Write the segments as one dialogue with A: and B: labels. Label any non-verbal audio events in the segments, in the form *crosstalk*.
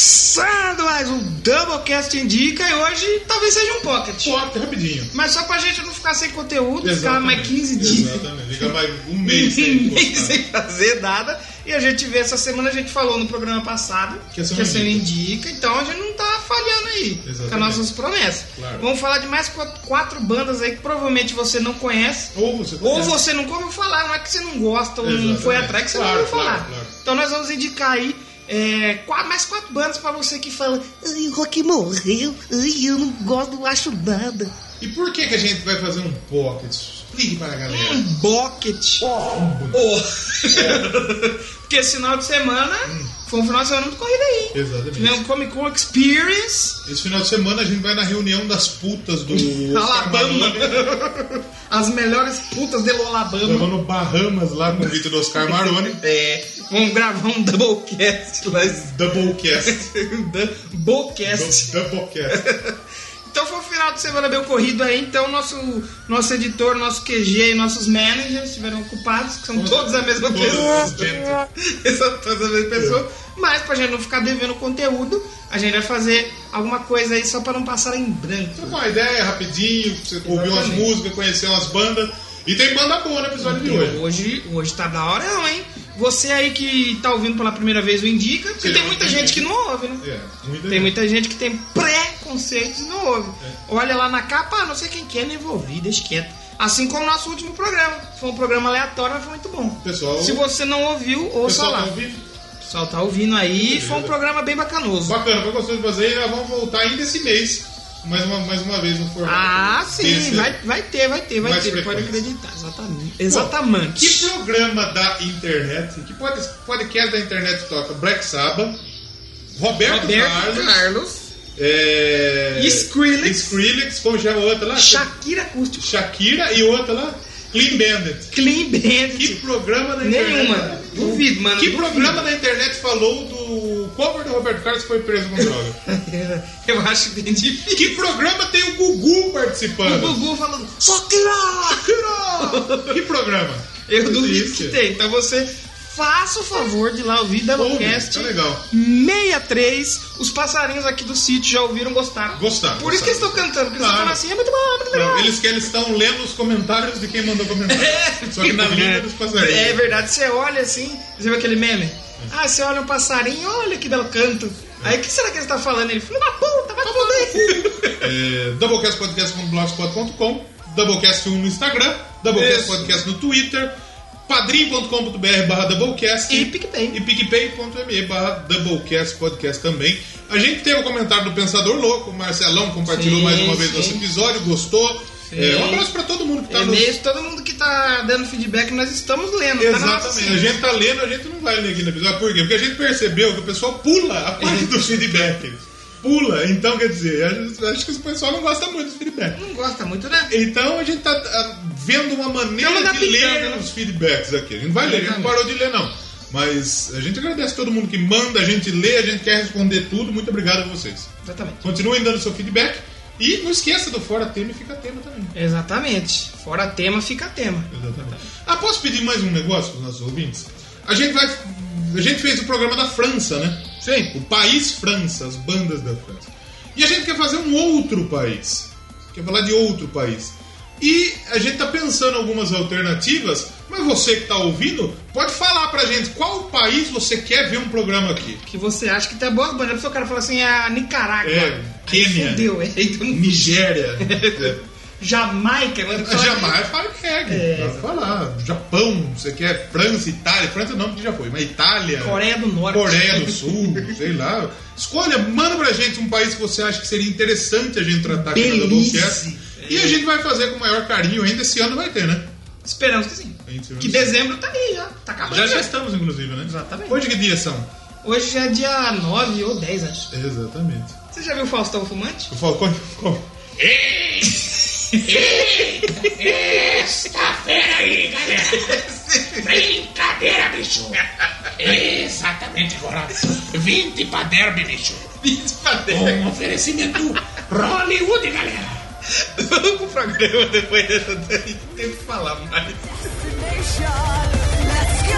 A: Começando mais um Doublecast Indica e hoje talvez seja um pocket.
B: Pocket, rapidinho.
A: Mas só pra gente não ficar sem conteúdo, ficar mais 15 dias.
B: Exatamente. Fica mais
A: *laughs*
B: um mês sem
A: nem
B: postar.
A: sem fazer nada. E a gente vê essa semana, a gente falou no programa passado é
B: Que é a
A: a
B: senhora
A: senhora indica, então a gente não tá falhando aí com as
B: Exatamente.
A: nossas promessas.
B: Claro.
A: Vamos falar de mais quatro, quatro bandas aí que provavelmente você não conhece.
B: Ou você
A: Ou você nunca ouviu falar, não é que você não gosta ou não
B: É. Exatamente.
A: foi atrás que você
B: Claro,
A: não ouviu
B: claro,
A: falar.
B: claro.
A: Então nós vamos indicar aí é, qua- mais quatro bandas pra você que fala
C: Ai, o Rock morreu. Ai, eu não gosto, não acho nada.
B: E por que, que a gente vai fazer um pocket? Explique para a galera.
A: um bucket. Oh. um *laughs* Porque esse final de semana
B: Hum.
A: foi um final de semana muito corrido aí. hein?
B: Exatamente.
A: Tivemos Comic Con Experience,
B: Esse final de semana a gente vai na reunião das
A: *laughs*
B: putas do Oscar
A: Alabama.
B: Maroni.
A: As melhores putas de Alabama.
B: Tava no Bahamas lá com o vídeo do
A: *laughs*
B: Oscar Maroni.
A: É, vamos gravar um *laughs* Doublecast lá. *laughs*
B: Doublecast.
A: Doublecast. *laughs*
B: Doublecast.
A: Então foi um final de semana bem corrido aí, então nosso, nosso editor, nosso QG e nossos managers estiveram ocupados, que são todos a mesma
B: Todos
A: pessoa.
B: *laughs* os gentes.
A: São todas a mesma pessoa. Mas pra gente não ficar devendo conteúdo, a gente vai fazer alguma coisa aí só pra não passar em branco.
B: Trocar uma ideia rapidinho, você ouvir umas
A: Exatamente.
B: músicas, conhecer umas bandas. E tem banda boa no episódio de hoje.
A: Hoje, hoje tá da hora, não, hein? Você aí que tá ouvindo pela primeira vez o Indica, porque
B: Sim,
A: tem muita
B: tem
A: gente
B: gente.
A: que não ouve, né?
B: É, muita
A: Tem
B: gente.
A: muita gente que tem preconceitos e não ouve.
B: É.
A: Olha lá na capa, ah, não sei quem que é, nem vou ouvir, deixa quieto. Assim como o nosso último programa. Foi um programa aleatório, mas foi muito bom.
B: Pessoal,
A: Se você não ouviu, ouça
B: pessoal
A: lá.
B: tá ouvindo?
A: O pessoal tá ouvindo aí, foi um programa bem bacanoso.
B: Bacana, foi gostoso de fazer e nós vamos voltar ainda esse mês. Mais uma, mais uma vez no formato.
A: Ah, sim,
B: desse.
A: vai, vai ter, vai ter, vai
B: Mais
A: ter, pode
B: frequência.
A: acreditar. Exatamente.
B: Que
A: Exatamente.
B: programa da internet, que pod- podcast da internet toca Black Sabbath, Roberto,
A: Roberto
B: Carlos,
A: Carlos,
B: é...
A: Skrillex.
B: Skrillex, como chama a outra lá?
A: Shakira Acústico,
B: Shakira e outra lá, Clean Bandit.
A: Clean
B: Que
A: Bandit.
B: programa da internet.
A: Nenhuma. Duvido, mano.
B: Que
A: duvido.
B: programa da internet falou do cover do Roberto Carlos que foi preso
A: *laughs*
B: com droga?
A: Eu acho bem difícil.
B: que programa tem o Gugu
A: O
B: participando?
A: Gugu falando,
C: Só que não!
B: Shakira! que programa?
A: Eu duvido
B: Existe.
A: que tem. Então você faça o favor de ir lá ouvir
B: Ouve,
A: Doublecast
B: tá legal.
A: 63. Os passarinhos aqui do sítio já ouviram, gostaram.
B: Gostaram,
A: Por isso que eles estão
B: gostaram.
A: cantando, porque eles
B: Claro.
A: falam assim, é muito bom, é muito legal.
B: Não, eles que eles estão lendo os comentários de quem mandou comentário. Só que na língua dos passarinhos. É.
A: É verdade, você olha assim, você vê aquele meme? Ah, você olha um passarinho, olha que belo canto. Aí o que será que ele tá falando? Ele falou, uma puta,
B: Tá
A: vai foder.
B: É, Doublecastpodcast.blogspot.com, Doublecast 1 no Instagram, Doublecast
A: Isso.
B: Podcast no Twitter, padrim.com.br barra Doublecast
A: E PicPay.
B: e picpay.me barra Doublecast Podcast também. A gente tem o comentário do Pensador Louco, o Marcelão compartilhou
A: Sim,
B: mais uma vez
A: sim.
B: nosso episódio, gostou. É, um abraço pra todo mundo que *laughs* tá
A: É
B: nos
A: mesmo, todo mundo que tá dando feedback, nós estamos lendo. tá na nossa
B: Exatamente. A gente tá lendo, a gente não vai ler aqui no episódio. Por quê? Porque a gente percebeu que o pessoal pula a parte dos feedbacks. Pula. Então, quer dizer, acho- acho que o pessoal não gosta muito dos feedbacks.
A: Não gosta muito, né?
B: Então, a gente tá ah, vendo uma
A: Tamo na
B: maneira de
A: picada,
B: ler
A: né?
B: os feedbacks aqui. A gente vai ler, a gente não
A: Exatamente.
B: parou de ler, não. Mas a gente agradece todo mundo que manda, a gente lê, a gente quer responder tudo. Muito obrigado a vocês.
A: Exatamente.
B: Continuem dando seu feedback. E não esqueça do Fora Tema e Fica Tema também.
A: Exatamente. Fora tema, fica tema.
B: Exatamente. Ah, posso pedir mais um negócio para os nossos ouvintes? A gente vai. A gente fez o programa da França, né?
A: Sim.
B: O país França, as bandas da França. E a gente quer fazer um outro país. Quer falar de outro país. E a gente tá pensando em algumas alternativas, mas você que tá ouvindo, pode falar pra gente qual país você quer ver um programa aqui.
A: Que você acha que tá boas bandas. Porque o cara fala assim, é a Nicarágua.
B: É, Quênia.
A: Fudeu, é. Então,
B: Nigéria.
A: *laughs*
B: É.
A: Jamaica. Mano,
B: A Jamaica fala que
A: É,
B: é, falar. Japão, você quer França, Itália, França não, porque já foi, mas Itália.
A: assim, Coreia do Norte.
B: Coreia do Sul, sei lá. Escolha, manda pra gente um país que você acha que seria interessante a gente tratar aqui no
A: Belize.
B: Doublecast. E a gente vai fazer com o maior carinho ainda. Esse ano vai ter, né?
A: Esperamos que sim.
B: A gente se vê
A: Que
B: no-
A: dezembro tá aí já. Tá acabando.
B: Já, já estamos, inclusive, né?
A: Exatamente.
B: Hoje que dia são?
A: Hoje já é dia 9 ou 10, acho.
B: Exatamente.
A: Você já viu o Faustão Fumante?
B: O Falcone ficou. *laughs*
D: Brincadeira, bicho! Exatamente agora! 20 pra derby, bicho! Um oferecimento Hollywood, galera!
A: Vamos pro programa depois dessa daí. Não tem o que falar mais.
E: Let's go!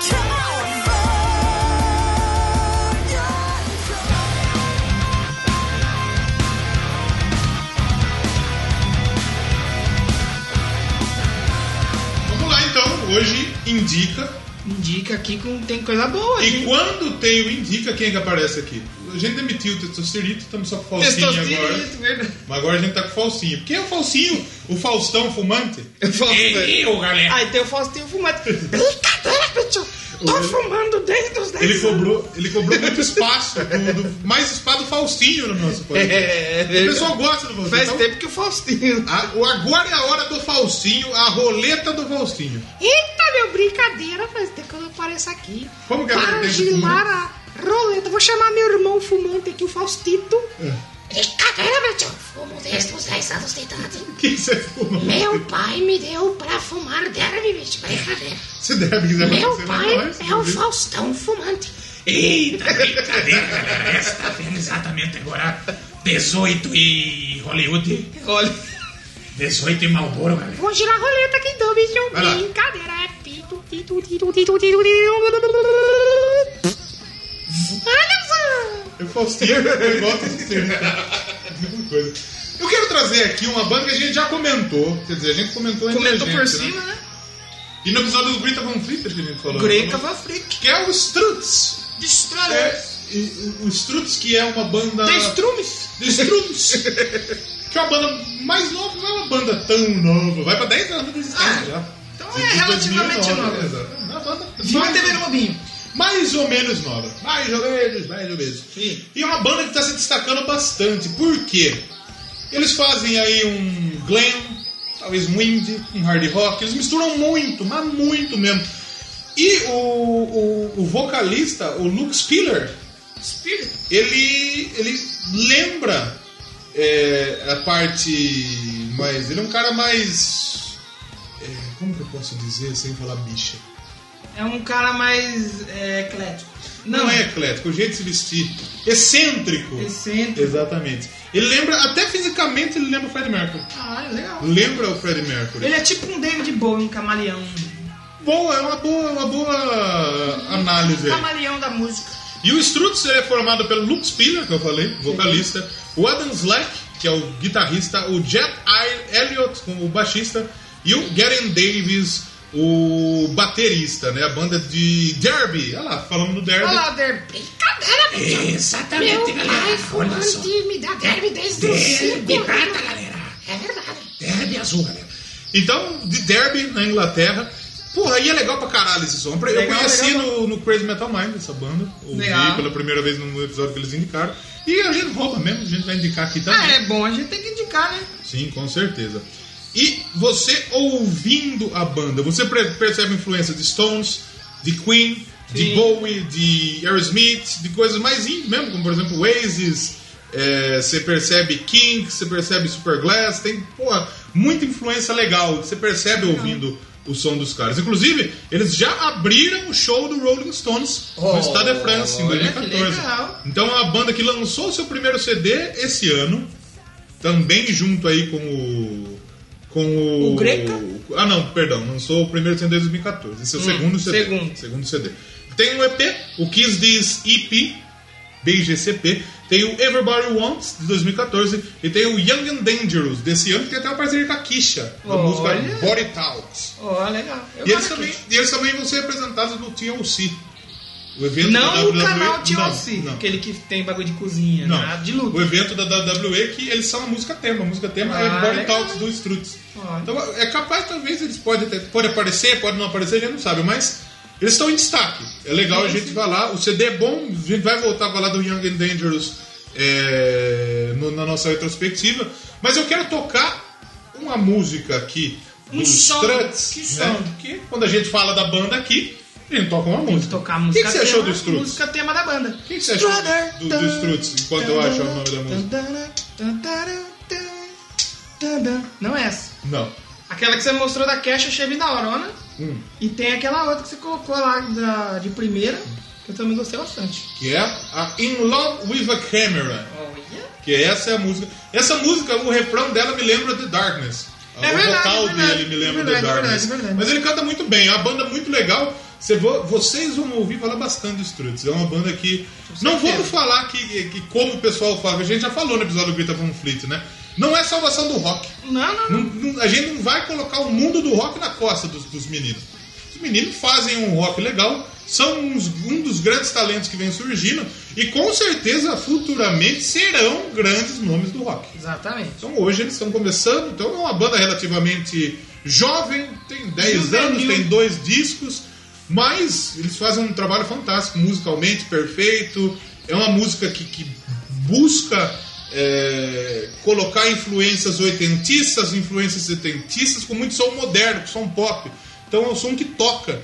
E: Come on!
B: então. indica.
A: Indica aqui que tem coisa boa.
B: E
A: hein?
B: quando tem o indica, quem é que aparece aqui? A gente demitiu o testosterito, estamos só com o falsinho agora.
A: Testosterone, verdade.
B: Mas agora a gente tá com o falsinho. Quem é o falsinho? O Faustão fumante?
A: Eu falo,
B: É.
A: né?
D: E eu, galera.
A: Aí tem o Faustinho fumando. Brincadeira, bicho! Tô fumando desde os 10
B: Ele
A: anos.
B: cobrou, ele cobrou muito espaço, do- do- mais espaço do Faustinho no nosso podcast.
A: É,
B: O
A: é,
B: pessoal gosta do Faustinho.
A: faz
B: então,
A: tempo que o Faustinho.
B: a- o agora é a hora do Faustinho, a roleta do Faustinho.
A: Eita, meu, brincadeira, faz tempo que eu não apareço aqui.
B: Como que é a
A: Para
B: vertente
A: girar a roleta. Vou chamar meu irmão fumante aqui, o Faustito.
B: É.
E: Brincadeira, meu tio. Fumo desde os 10 anos de idade.
B: O que você fuma?
E: Meu pai me deu pra fumar derby, bicho. Brincadeira.
B: Se der, quiser
E: Meu
B: você vai
E: pai
B: falar isso,
E: é o
B: viu?
E: Faustão fumante.
D: Eita, brincadeira, galera. Essa tá vendo exatamente agora. 18 e Hollywood.
A: Olha.
D: 18 e Malboro, galera.
E: Vou girar a roleta aqui então, bicho.
B: Vai lá.
E: Brincadeira. É pito, pito, tito, tito, tito, tito. Anderson!
B: Eu Faustinho, eu gosto de ser. Mesma coisa. Eu quero trazer aqui uma banda que a gente já comentou. Quer dizer, a gente comentou entre
A: Comentou
B: a gente,
A: por
B: né?
A: cima, né?
B: E no episódio do Greta Van Flip, acho que a gente falou.
A: Greca
B: né?
A: Van Frick.
B: Que é o Struts.
A: Destralha.
B: É, e- e- o Struts, que é uma banda.
A: Tem estrumes. *laughs*
B: The Struts. que é uma banda mais nova, não é uma banda tão nova. Vai pra 10 anos de existência
A: Ah,
B: já.
A: então
B: De
A: é relativamente
B: 2009,
A: nova.
B: exato. É uma banda-
A: Filme TV Globinho.
B: mais ou menos nova. Mais ou menos, mais ou menos.
A: Sim.
B: E é uma banda que está se destacando bastante. Por quê? Eles fazem aí um glam, talvez um indie, um hard rock. Eles misturam muito, mas muito mesmo. E o, o, o vocalista, o Luke Spiller,
A: Espírito.
B: ele, ele lembra é, a parte mais... Ele é um cara mais... é, como que eu posso dizer sem falar bicha?
A: É um cara mais é, eclético.
B: Não, é eclético, o jeito de se vestir. Excêntrico.
A: Excêntrico.
B: Exatamente. Ele lembra, até fisicamente, ele lembra o Fred Mercury.
A: Caralho, Ah, legal.
B: Lembra o Fred Mercury.
A: Ele é tipo um David Bowie, um camaleão.
B: Boa, é uma boa, uma boa análise. aí.
A: Camaleão da música.
B: E o Strutz ele é formado pelo Luke Spiller, que eu falei, vocalista, o Adam Slack, que é o guitarrista, o Jet I. Elliott, como baixista, e o Garen Davis, o baterista, né? A banda de Derby. Olha lá, falando do Derby.
A: Olha lá, Derby.
E: Brincadeira, bicho. Meu
D: Exatamente,
E: pai
D: galera. Olha só.
E: fumante me dá derby desde os 5
D: Derby prata,
E: anos.
D: galera.
E: É verdade.
D: Derby azul, galera.
B: Então, de Derby, na Inglaterra. Porra, aí é legal pra caralho esse som. Eu
A: Legal,
B: conheci
A: legal.
B: no, no Crazy Metal Mind essa banda. Ouvi
A: Legal.
B: pela primeira vez no episódio que eles indicaram. E a gente rouba mesmo, a gente vai indicar aqui também.
A: Ah, é bom, a gente tem que indicar, né?
B: Sim, com certeza. E você ouvindo a banda, você pre- percebe influência de Stones, de Queen, de
A: Sim.
B: Bowie, de Aerosmith, de coisas mais indie mesmo, como por exemplo Oasis, é, você percebe King, você percebe Superglass, tem porra, muita influência legal, que você percebe ouvindo o som dos caras. Inclusive, eles já abriram o show do Rolling Stones no
A: Oh,
B: Stade de France em
A: olha que
B: 2014.
A: legal.
B: Então é uma banda que lançou o seu primeiro CD esse ano, também junto aí com o. Com o.
A: O Greca? Hum,
B: Ah, não, perdão, lançou o primeiro CD em 2014. Esse é o segundo CD.
A: segundo.
B: CD. Tem um EP, o Kiss This EP, BGCP. Tem o Everybody Wants, de 2014. E tem o Young and Dangerous, desse ano, que tem até uma parceria com a Kisha, da
A: Olha.
B: música Body Talks.
A: Ó, é legal. Eu
B: E eles,
A: gosto
B: também,
A: aqui.
B: e eles também vão ser apresentados no TLC. O evento da
A: Não o
B: WWE.
A: canal
B: Não,
A: TLC,
B: não.
A: aquele que tem bagulho de cozinha,
B: Não.
A: nada de
B: O
A: luta.
B: evento da WWE que eles são a música tema. A música tema é
A: Ah,
B: Body
A: legal.
B: Talks do Struts.
A: Olha.
B: Então é capaz, talvez, eles podem ter, pode aparecer, pode não aparecer, a gente não sabe, mas eles estão em destaque. É legal a gente falar. O CD é bom, a gente vai voltar a falar do Young and Dangerous é, no- na nossa retrospectiva. Mas eu quero tocar uma música aqui.
A: Um
B: dos
A: som.
B: Struts,
A: Que
B: né?
A: som.
B: Que quando a gente fala da banda aqui, a gente toca uma música.
A: Tocar a
B: O que,
A: música
B: que você achou
A: tema,
B: do Struts?
A: música tema da banda.
B: O que, que você achou do, do, do Struts, enquanto eu acho o nome da música?
A: música. Não é essa.
B: Não.
A: Aquela que você mostrou da Cash, eu achei bem da hora, né?
B: Hum.
A: E tem aquela outra que você colocou lá da- de primeira, que eu também gostei bastante.
B: Que é a In Love with a Camera.
A: Olha.
B: Que essa é a música. Essa música, o refrão dela me lembra The Darkness.
A: É
B: o
A: verdade,
B: vocal
A: é verdade,
B: dele me lembra
A: é
B: The
A: verdade, é
B: Darkness.
A: verdade, é verdade.
B: Mas ele canta muito bem, é uma banda muito legal. Você vo- vocês vão ouvir falar bastante do Struts. É uma banda que. Não vamos falar que, que como o pessoal fala, a gente já falou no episódio do Grita Conflito, né? Não é salvação do rock.
A: Não, não, não.
B: Não- não- a gente não vai colocar o mundo do rock na costa dos, dos meninos. Os meninos fazem um rock legal, são uns- um dos grandes talentos que vem surgindo e com certeza futuramente serão grandes nomes do rock.
A: Exatamente.
B: Então hoje eles estão começando, então é uma banda relativamente jovem, tem 10
A: Juvenil.
B: anos, tem dois discos, mas eles fazem um trabalho fantástico, musicalmente perfeito, é uma música que, que busca é, colocar influências oitentistas, influências setentistas, com muito som moderno, com som pop. Então é um som que toca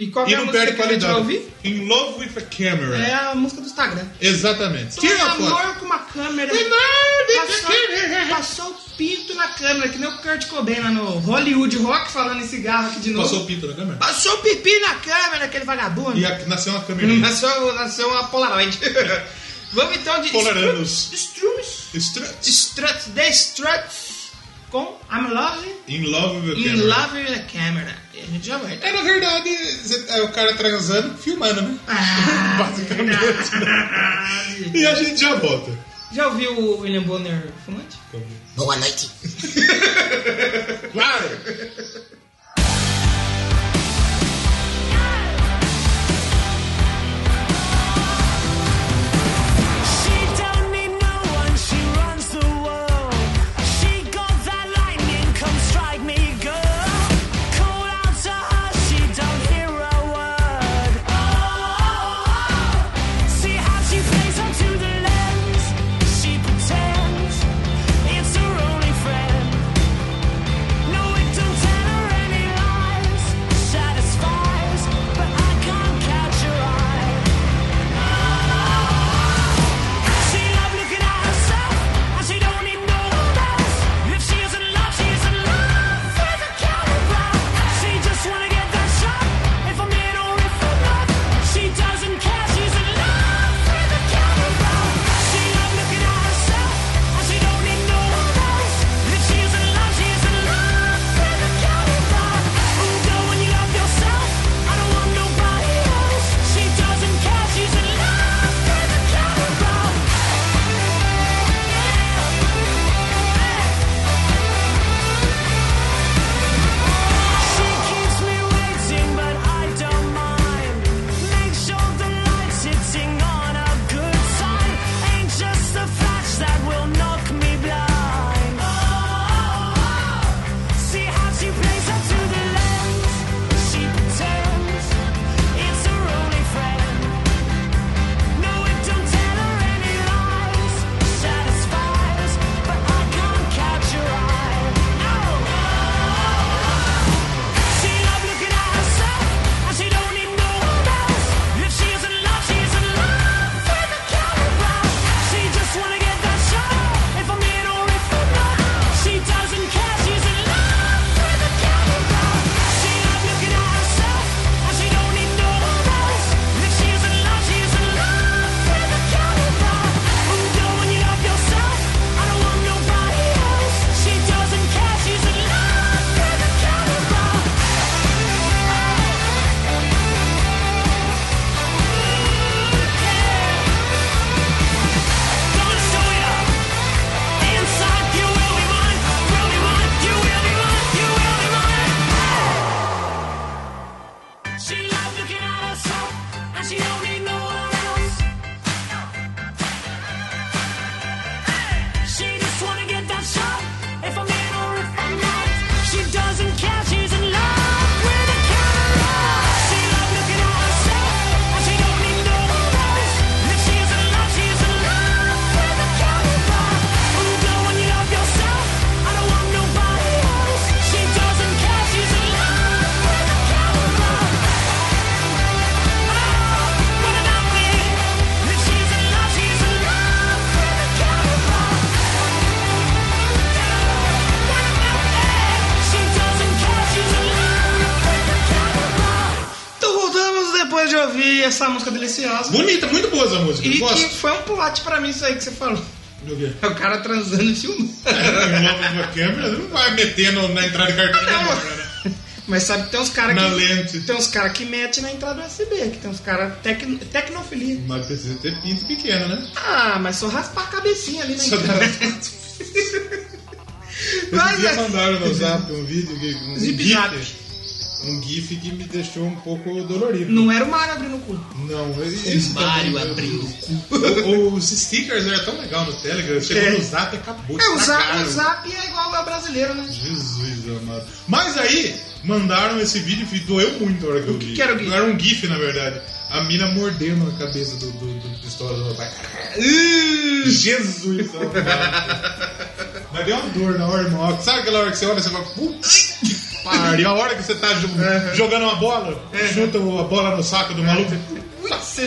A: E qual que
B: e
A: é a
B: não
A: música
B: perde
A: que a gente vai
B: qualidade.
A: ouvir?
B: In Love with a Camera.
A: É a música do Instagram.
B: Exatamente.
A: Tô em
B: Tira a foto.
A: amor com uma câmera. Passou, passou o pinto na câmera, que nem o Kurt Cobain lá no Hollywood Rock falando em cigarro aqui de novo.
B: Passou o pinto na câmera.
A: Passou o pipi na câmera, aquele vagabundo.
B: E aqui nasceu uma câmera.
A: Nasceu, nasceu uma *laughs* Polaroid. Vamos então de
B: Polaranos.
A: Struts,
B: *laughs* Estranho.
A: Struts, The Struts com I'm Love
B: In Love with a
A: in
B: Camera.
A: Love with a Camera. E a gente já *laughs* vai.
B: É, na verdade, é o cara transando, filmando, né?
A: Ah, é
B: Basicamente.
A: Verdade.
B: *laughs* E a gente já volta.
A: Já ouviu o William Bonner fumante?
E: Boa noite.
B: Claro!
F: She don't need no one, she runs the world. She got that lightning, come strike me, girl. Call out to her, she don't hear a word. Oh, See how she plays onto the lens. She pretends it's her only friend. No, it don't tell her any lies. Satisfies, but I can't catch her eye. She loves looking at herself, and she don't need no one else. If she isn't love, she is in love with a camera. She just wanna get that shot. If I'm in or if I'm not, she doesn't care. She's in love with a camera. She loves looking at herself, and she don't need no one else. If she isn't love, she is in love with a camera. Oh, go when you love yourself. I don't want nobody else. She doesn't care. She's in love with a camera. She keeps me waiting, but I don't mind. Make sure the light's hitting on a good sign. Ain't just a flash that will knock me blind. Oh, See how she plays up to the lens. She pretends it's her only friend. No, it don't tell her any lies. Satisfies, but I can't catch her eye. Oh. She loves looking at herself, and she don't need no one else. If she is in love, she is in love with a camera. She just wanna get that shot. If I'm in or if I'm not, she doesn't care. She's in love with a camera. She loves looking at herself, and she don't need no one else. If she is in love, she is in love with a camera. Oh, go when you love yourself. I don't want nobody else. She doesn't care. She's in love with a camera. Gonna show ya inside. You will be mine. Will be mine. You will be mine. You will be mine. She loves looking at herself, and she don't need no one else. She just wanna get that shot. If I'm in or if I'm not, she doesn't care. She's in love with a camera. She loves looking at herself, and she don't need no one else. If she's in love, she's in love with a camera. Oh, girl, when you love yourself, I don't want nobody else. She doesn't care. She's in love with a camera. Oh, what an outfit. If she's in love, she's in love with a camera. She doesn't care, she's in love with a camera.
A: Então voltamos depois de ouvir essa música deliciosa.
B: Bonita, muito boa essa música.
A: E que
B: Gosto.
A: foi um plot pra mim isso aí que você falou.
B: Do quê?
A: É o cara transando e filmando.
B: *laughs*
A: *laughs*
B: In Love with a Camera, não vai metendo na entrada de cartão
A: Não.
B: da câmera, né?
A: Mas sabe que tem uns caras
B: Na
A: que.
B: lente.
A: Tem uns caras que metem na entrada do USB, que tem uns caras tec, tecnofilia.
B: Mas precisa ter pinto
A: *laughs*
B: pequeno, né?
A: Ah, mas só raspar a cabecinha ali na
B: Só
A: entrada. Mas
B: Eles
A: é-
B: mandaram no zap um vídeo que um
A: Zip
B: gif,
A: zap.
B: um GIF que me deixou um pouco dolorido.
A: Não era o Mario abrindo o cu.
B: Não, isso
G: Mário
B: também, eu-
G: abrindo o
B: O- Os stickers era tão legal no Telegram, chegou
A: É.
B: no Zap e acabou.
A: É, o zap,
B: estragaram.
A: o zap é igual ao brasileiro, né?
B: Jesus amado. Mas aí, mandaram esse vídeo e doeu muito a hora que eu vi.
A: que era o GIF?
B: Era um GIF, na verdade. A mina mordendo a cabeça do, do, do pistola do meu pai. Ih, Jesus amado. Mas deu uma dor na hora, irmão. Sabe aquela hora que você olha e você fala, puta que pariu. A hora que você tá jo- jogando uma bola, chuta a bola no saco do maluco, você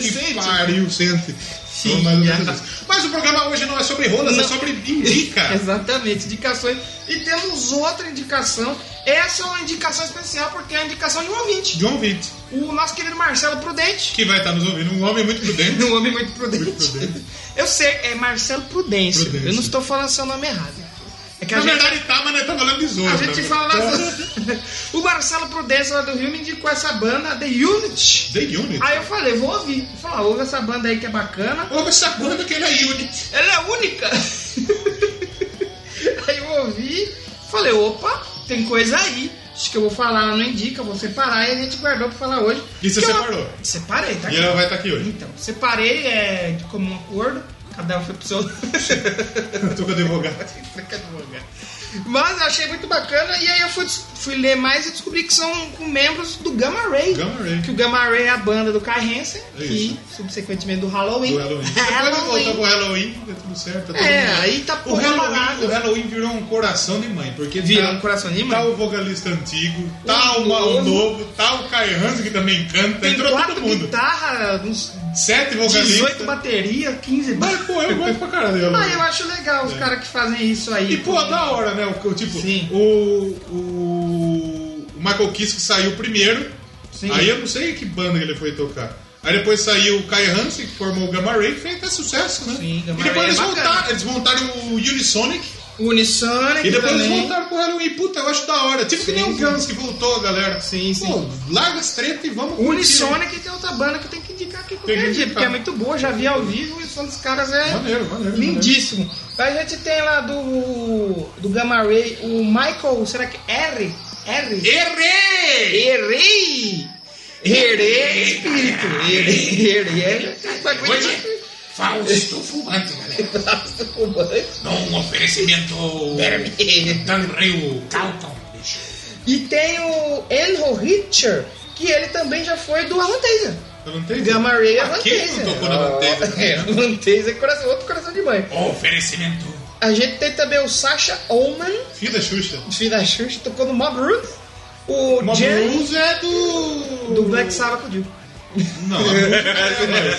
A: Você
B: que
A: sente?
B: pariu, sente. Então, mais ou
A: é.
B: menos isso. Mas o programa hoje não é sobre rolas, é sobre indica.
A: Exatamente, indicações. E temos outra indicação. Essa é uma indicação especial porque é a indicação de um ouvinte.
B: John Vitt,
A: O nosso querido Marcelo Prudente.
B: que vai estar nos ouvindo, um homem muito prudente.
A: Um homem muito prudente.
B: Muito prudente.
A: Eu sei, é Marcelo Prudêncio.
B: Prudêncio.
A: Eu não estou falando seu nome errado. É que a
B: Na
A: gente,
B: verdade tá, mas nós tá falando de zorro.
A: a gente
B: *laughs*
A: fala. o Marcelo Prudêncio lá do Rio me indicou essa banda, The Unit.
B: The Unit.
A: Aí eu falei, vou ouvir. Ele falou, ah, ouve essa banda aí que é bacana.
B: Ouve essa banda que ele é Unit.
A: Ela é única. *laughs* aí eu ouvi, falei, opa, tem coisa aí. Acho que eu vou falar, ela não indica, eu vou separar e a gente guardou pra falar hoje.
B: E você
A: Que eu-
B: separou?
A: Separei, tá
B: E
A: aqui.
B: ela vai estar aqui hoje. *laughs*
A: Então, separei é de comum acordo, cada um foi pro seu
B: Tô com o é advogado.
A: *laughs* Mas eu achei muito bacana e aí eu fui, fui ler mais e descobri que são com membros do Gamma Ray.
B: Gamma Ray.
A: Que o Gamma Ray é a banda do Kai Hansen
B: É
A: e,
B: isso.
A: subsequentemente, do Halloween.
B: Do
A: *laughs*
B: Halloween. Depois eu
A: É Halloween.
B: volto pro Halloween, deu tudo certo. tá todo
A: É,
B: mundo-
A: aí tá
B: o
A: porra
B: Halloween,
A: parada.
B: o Halloween virou um coração de mãe, porque
A: Virou
B: tá,
A: um coração de mãe.
B: Tá o vocalista antigo, tá
A: O
B: o, ma- o
A: novo.
B: novo, tá o Kai Hans que também canta,
A: Tem
B: entrou
A: quatro
B: todo mundo.
A: guitarras, uns
B: Sete
A: 18
B: vocalistas.
A: bateria, 15 ba-
B: Mas pô, eu gosto pra caralho. do
A: Ah,
B: Halloween.
A: eu acho legal os caras que fazem isso aí.
B: É. E pô, da hora, né? O, o tipo,
A: Sim.
B: o. O. o Michael Kiske saiu primeiro.
A: Sim.
B: Aí eu não sei que banda que ele foi tocar. Aí depois saiu o Kai Hansen, que formou o Gamma Ray, que fez até sucesso, né?
A: Sim, Gamma
B: e
A: Ray
B: depois eles,
A: é bacana.
B: voltaram, eles montaram o Unisonic.
A: Unisonic
B: E depois eles
A: É também.
B: voltaram com o Halloween. Puta, eu acho da hora. Tipo que nem o Guns que voltou, galera.
A: Sim, sim.
B: Pô, larga as treta e vamos curtir, né?
A: Unisonic tem outra banda que tem que indicar aqui
B: Tem
A: qualquer
B: que
A: dia,
B: indicar.
A: porque é muito boa, já vi ao vivo e o som dos caras é
B: Maneiro, maneiro.
A: lindíssimo. A gente tem lá do, do Gamma Ray o Michael, será que é R? R?
D: Errei!
A: Errei! Errei, espírito! Errei, errei.
D: Hoje, Fausto Fumante, galera. Num oferecimento... Dan Rio Calton, bicho.
A: E tem o Enro Richter, que ele também já foi do Avantasia.
B: Eu não tenho
A: Gamma Ray é
B: Ah, Quem
A: Avantasia.
B: não tocou na manteiga?
A: É, Avantasia é coração, outro coração de mãe.
D: Oferecimento...
A: A gente tem também o Sasha Oman,
B: Filho da Xuxa.
A: filho da Xuxa, tocou no Mob Rules. O
B: Mob
A: Jan,
B: Rules é do.
A: do Black Sabbath, eu digo.
B: Não, a Mob Rules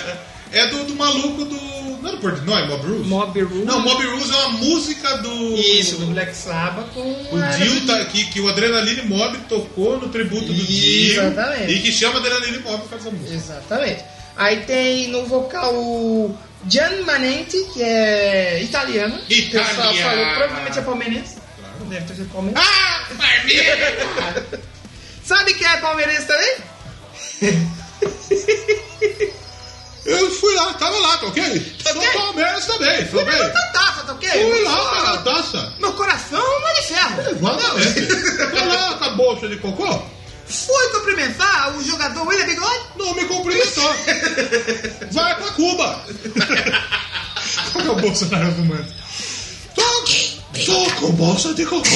B: é, é do, do maluco do. Não é do Portnoy, Mob Rules?
A: Mob Rules.
B: Não, Mob Rules é uma música do.
A: Isso, do Black Sabbath com
B: O
A: a-
B: Dio tá aqui, que o Adrenaline Mob tocou no tributo do Dio.
A: Exatamente.
B: E que chama Adrenaline Mob por causa dessa música.
A: Exatamente. Aí tem no vocal o Gian Manenti, que é italiano. O pessoal
B: Italiano.
A: falou, provavelmente é palmeirense. Deve ter sido palmeirense.
B: Ah! Marmita!
A: Sabe quem é palmeirense também?
B: Eu fui lá, tava lá, tá ok? Tá no Palmeiras também, tá
A: Fui
B: ok?
A: pra Tatafa, tá ok?
B: Fui
A: Meu
B: lá,
A: coração-
B: cara, taça.
A: Meu coração não é de ferro.
B: Exatamente. Tá lá com a bolsa de cocô?
A: Fui cumprimentar o jogador William Bigode.
B: Não me cumprimentou. Vai pra Cuba. Qual que é o Bolsonaro fumando? Toque! Toco, bolsa de cocô.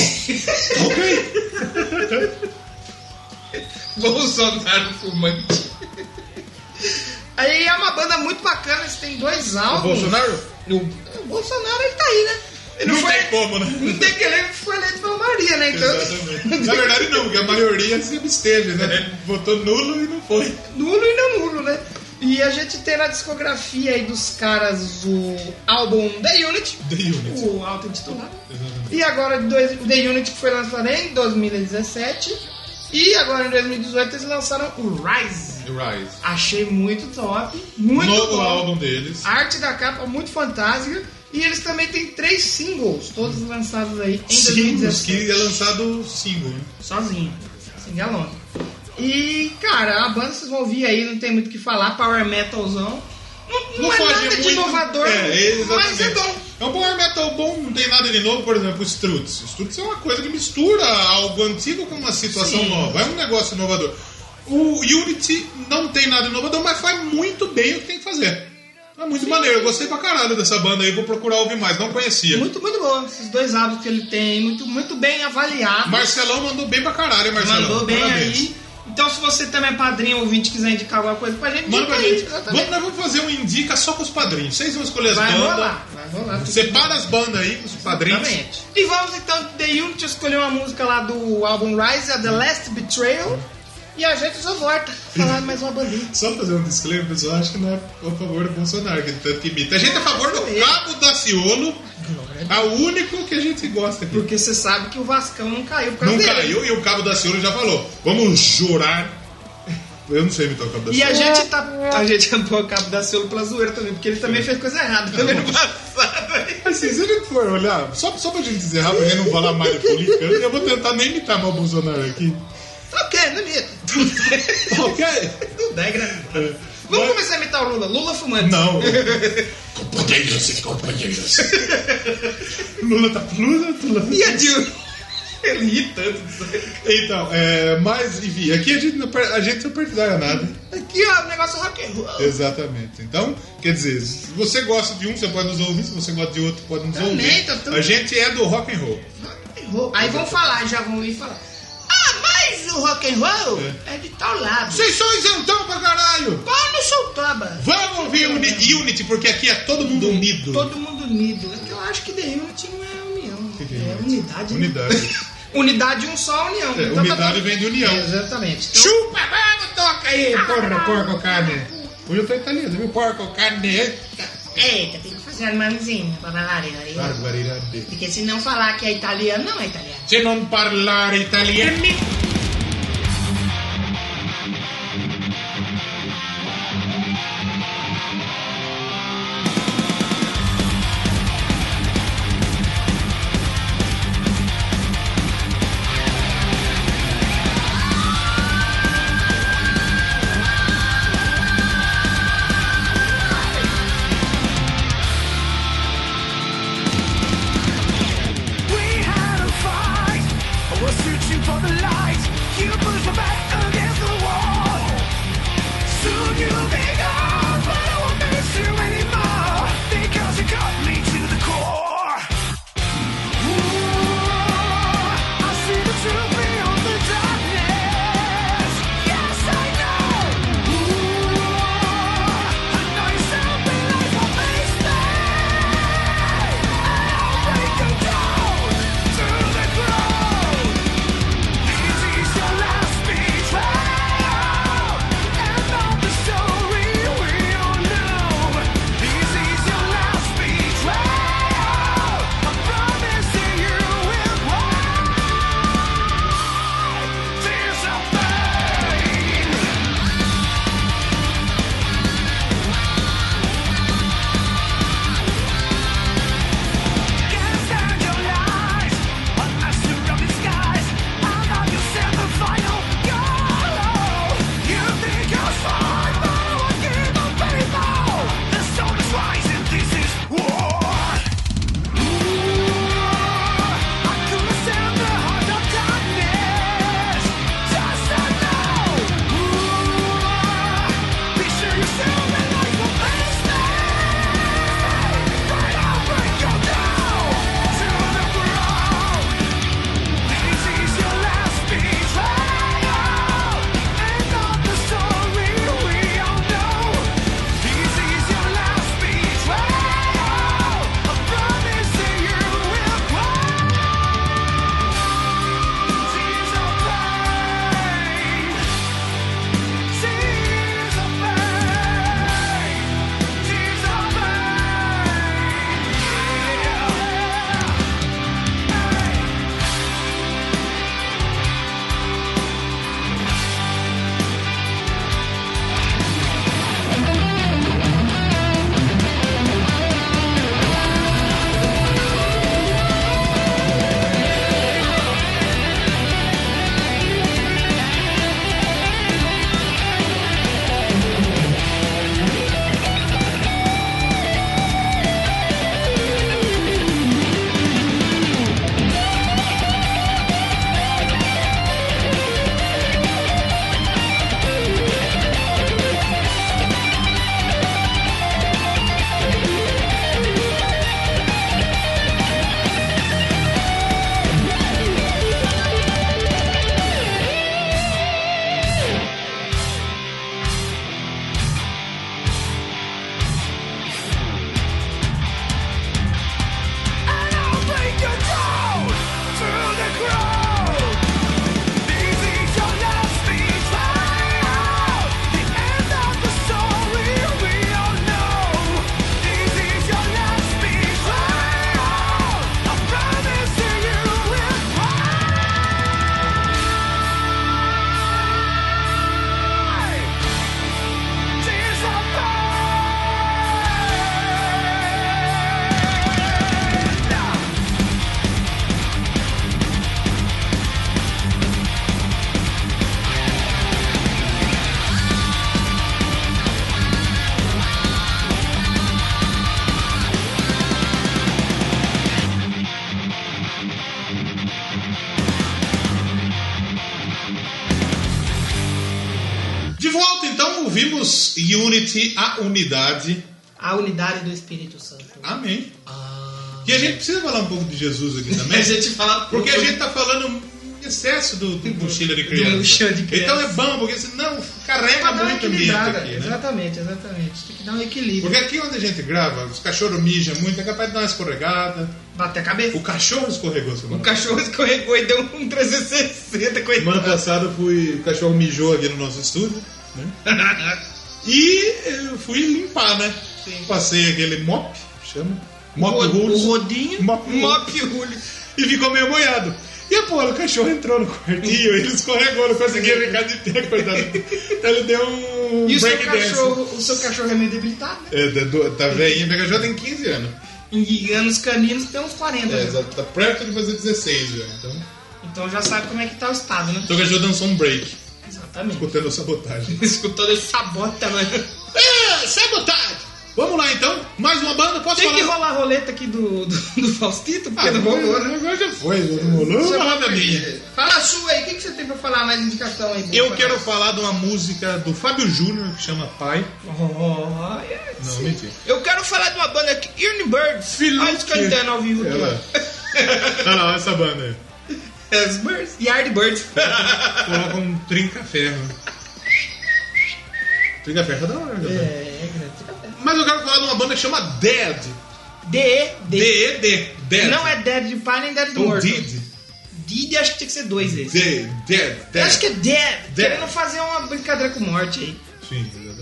B: Tá ok?
A: Bolsonaro fumante. Aí é uma banda muito bacana, eles têm dois
B: O
A: álbuns.
B: Bolsonaro?
A: O Bolsonaro, ele tá aí, né? Ele
B: Não tem como, né?
A: Não tem que ele foi eleito pela Maria, né? Então,
B: Exatamente. Na verdade, não, porque a maioria se absteve, né? Votou nulo e não foi.
A: nulo e não nulo, né? E a gente tem na discografia aí dos caras o álbum The Unit,
B: The Unit.
A: o auto-intitulado. E agora dois, o The Unit que foi lançado em 2017. E agora em 2018 eles lançaram o Rise.
B: Rise.
A: Achei muito top, muito
B: Novo
A: bom.
B: álbum deles.
A: A arte da capa muito fantástica. E eles também têm três singles, todos lançados aí em
B: Singles,
A: 2017.
B: que é lançado single, né?
A: Sozinho, singalong. E, cara, a banda vocês vão ouvir aí, não tem muito o que falar, power metalzão. Não, não, é
B: foge
A: nada de
B: muito.
A: inovador,
B: É,
A: mas é
B: exatamente.
A: bom.
B: É um power metal bom, não tem nada de novo, por exemplo, o Struts. O Struts é uma coisa que mistura algo antigo com uma situação nova. É um negócio inovador. O Unity não tem nada inovador, mas faz muito bem o que tem que fazer. É muito maneiro, eu gostei pra caralho dessa banda aí, vou procurar ouvir mais, não conhecia.
A: Muito, muito bom. Esses dois álbuns que ele tem, muito, muito bem avaliado.
B: Marcelão mandou bem pra caralho, hein, Marcelão.
A: Mandou bem
B: Parabéns.
A: aí. Então, se você também é padrinho ouvinte e quiser indicar alguma coisa pra gente,
B: Manda
A: indica
B: pra
A: aí,
B: gente. Vamos,
A: exatamente.
B: nós vamos fazer um indica só com os padrinhos. Vocês vão escolher as
A: Vai
B: bandas.
A: rolar, vai rolar. tudo
B: Separa as bandas aí com os padrinhos.
A: Exatamente. E vamos então de The Unity escolher uma música lá do álbum Rise, a The Last Betrayal. E a gente só volta falar mais uma bandinha.
B: Só fazer um disclaimer, o pessoal acha que não é a favor do Bolsonaro, que tanto que imita. A gente é a favor do
A: Exatamente.
B: Cabo Daciolo, a único que a gente gosta aqui.
A: Porque você sabe que o Vascão não caiu por causa
B: Não
A: dele.
B: caiu e o Cabo Daciolo já falou. Vamos jurar. Eu não sei imitar o Cabo
A: E
B: Daciolo.
A: a gente tá. A gente tampou o cabo da Ciolo pela zoeira também, porque ele também fez coisa errada também no passado.
B: Assim, se a gente for olhar, só, só pra gente dizer rápido, pra gente não falar mais de política, eu vou tentar nem imitar mal o Bolsonaro aqui.
A: ok, não imita.
B: *laughs* Ok?
A: Não dá, é engraçado. Vamos começar a imitar o Lula. Lula fumante.
B: Não.
D: Companheiros e companheiros.
B: Lula tá Lula, Lula.
A: E a Dilma? *laughs* Ele ri tanto disso aí.
B: Então, é, mas enfim, aqui a gente não, per- a gente não partidário nada.
A: Aqui, ó, o negócio é rock and roll.
B: Exatamente. Então, quer dizer, se você gosta de um, você pode nos ouvir, se você gosta de outro, pode nos
A: Também,
B: ouvir.
A: tá tudo-
B: A gente é do rock and roll.
A: Rock and roll. Aí vão falar, já vão ir falar. Ah, mas o rock and roll é, de tal lado.
B: Vocês são isentão pra caralho!
A: Pau no soltaba.
B: Vamos ouvir Uni- Unity, porque aqui é todo mundo unido.
A: Todo mundo unido. É que eu acho que The Unity não é união.
B: que é
A: é
B: Unity?
A: unidade. né?
B: *laughs* Unidade.
A: *laughs* Unidade um só, união.
B: É, unidade vem de união.
A: Exatamente. Então,
B: Chupa, mano, toca aí, porra, porco carne. Hoje eu tô italiano, viu? Porco carne. é
E: Eita, tem que fazer a irmãzinha pra falar aí.
B: Barbaridade.
E: Porque se não falar que é italiano, não é italiano.
B: Se non parlare italiano.
F: We had a fight. We're searching for the light.
B: Deus então, Unity, a unidade.
A: A unidade do Espírito Santo.
B: Amém.
A: Ah.
B: E a gente precisa falar um pouco de Jesus aqui também.
A: A gente fala
B: Porque a
A: pouco.
B: gente tá falando em excesso do, do mochila de
A: Do
B: criança.
A: mochila de um criança.
B: Então é bom, porque senão
A: Pra
B: carrega
A: dar uma
B: é muito ambiente
A: equilibrada.
B: aqui, né?
A: Exatamente, exatamente. Tem que dar um equilíbrio.
B: Porque aqui onde a gente grava, os cachorros mijam muito, é capaz de dar uma escorregada.
A: Bater a cabeça.
B: O cachorro escorregou
A: O
B: semana
A: cachorro escorregou e deu um 360, coitado.
B: Semana passada eu fui. O cachorro mijou aqui no nosso estúdio, né? *laughs* E eu fui limpar, né? Passei aquele mop, chama? Mop
A: O-
B: rules.
A: O rodinho.
B: Mop
A: Mop Rules.
B: E ficou meio molhado. E a porra, o cachorro entrou no quartinho, ele escorregou, não conseguia ficar de pé, coitado. Então ele deu um
A: E o seu,
B: break dance.
A: cachorro, o seu cachorro é meio debilitado, né?
B: É, da- do- tá velhinho, minha cachorra tem 15 anos.
A: E anos caninos tem uns 40.
B: É,
A: né?
B: já tá perto de fazer 16 já, então.
A: Então já sabe como é que tá o estado, né?
B: Seu cachorro dançou um break,
A: Exatamente.
B: escutando a sabotagem.
A: Escutando esse sabota, né? mano.
B: É, sabotagem! Vamos lá então, mais uma banda, posso
A: Tem que
B: falar?
A: rolar a roleta aqui do, do, do Faustito, porque
B: Ah,
A: não
B: foi,
A: rolou, né?
B: Agora já foi, já não rolou.
A: Você
B: Uma roda
A: foi-
B: minha.
A: né? Fala a sua aí, o que, que você tem pra falar mais de indicação aí?
B: Eu
A: Boca?
B: quero falar de uma música do Fábio Júnior que chama Pai.
A: Oh, yes.
B: Não, mentira.
A: Eu quero falar de uma banda aqui, Unibirds.
B: Filho
A: Olha eles
B: que-
A: cantando ao vivo. aqui,
B: Ela. *laughs*
A: ó.
B: Olha lá, essa banda aí.
A: As Birds. É, Yardbirds.
B: Coloca um trinca-ferro. Trinca-ferro é da hora, galera.
A: É, grande.
B: Mas eu quero falar de uma banda que chama Dead.
A: D, D.
B: D-E-D. Dead. Um
A: Não é Dead de pai nem Dead de
B: Ou
A: morto.
B: Did.
A: Did, acho que tinha que ser dois esse.
B: Dead. Dead.
A: Eu
B: Dead.
A: acho que é Dead.
B: Dead.
A: Querendo fazer uma brincadeira com morte aí.
B: Sim, exatamente.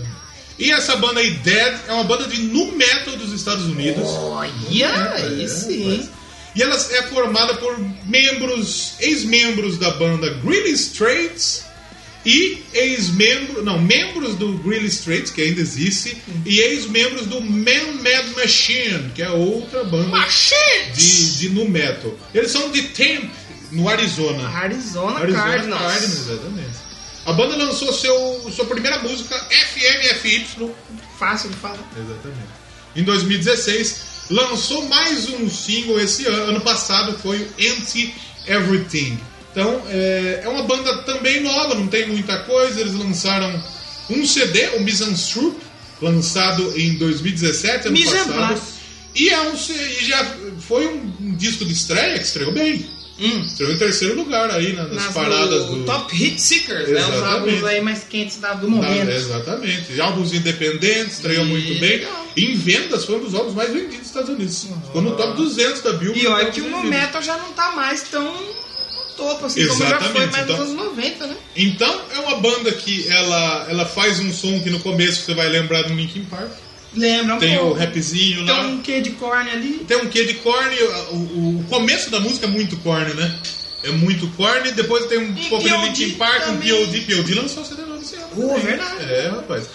B: E essa banda aí, Dead, é uma banda de nu metal dos Estados Unidos. É,
A: Olha, aí sim.
B: E ela é formada por membros, ex-membros da banda Greeley Straits e ex-membros, não, membros do Greeley Straits, que ainda existe, e ex-membros do Man Mad Machine, que é outra banda de, de nu metal. Eles são de Tempe, no Arizona.
A: Arizona,
B: Arizona
A: Ah, Cardinals.
B: exatamente. A banda lançou seu, sua primeira música, FMFY,
A: Fácil de falar.
B: Exatamente. Em 2016, lançou mais um single esse ano. Ano passado foi o Anti Everything. Então, é, é uma banda também nova, não tem muita coisa. Eles lançaram um CD, o Misanthrope, lançado em 2017, ano
A: Mise en
B: passado.
A: place.
B: E, é um, C- e já foi um, um disco de estreia que estreou bem. Estreou em terceiro lugar aí na- nas,
A: Hum. Nas-
B: paradas
A: do
B: do...
A: Top Hit Seekers, né? Os
B: Exatamente.
A: álbuns aí mais quentes da- do
B: Ah,
A: momento.
B: exatamente. Álbuns independentes, estreou muito bem.
A: Legal. Uhum.
B: Em vendas, foi um dos álbuns mais vendidos dos Estados Unidos. Ficou no top 200 da Billboard.
A: E olha
B: Top
A: que o
B: 200
A: No
B: vendidos.
A: Metal já não tá mais tão no topo, assim, como já foi
B: Exatamente,
A: mais
B: então-
A: nos anos 90, né?
B: Então, é uma banda que ela, ela faz um som que no começo você vai lembrar do Linkin Park.
A: Lembra um
B: Tem o
A: pouco.
B: rapzinho
A: Tem
B: lá.
A: um quê de corne ali.
B: Tem um quê de corne. O, o- o começo da música é muito corne, né? É muito corne. Depois tem um
A: E
B: pouco de
A: P.O.D.
B: Linkin Park, um
A: também.
B: P.O.D. P.O.D. lançou o CD lá no Ceará.
A: Oh,
B: também.
A: verdade.
B: É, rapaz.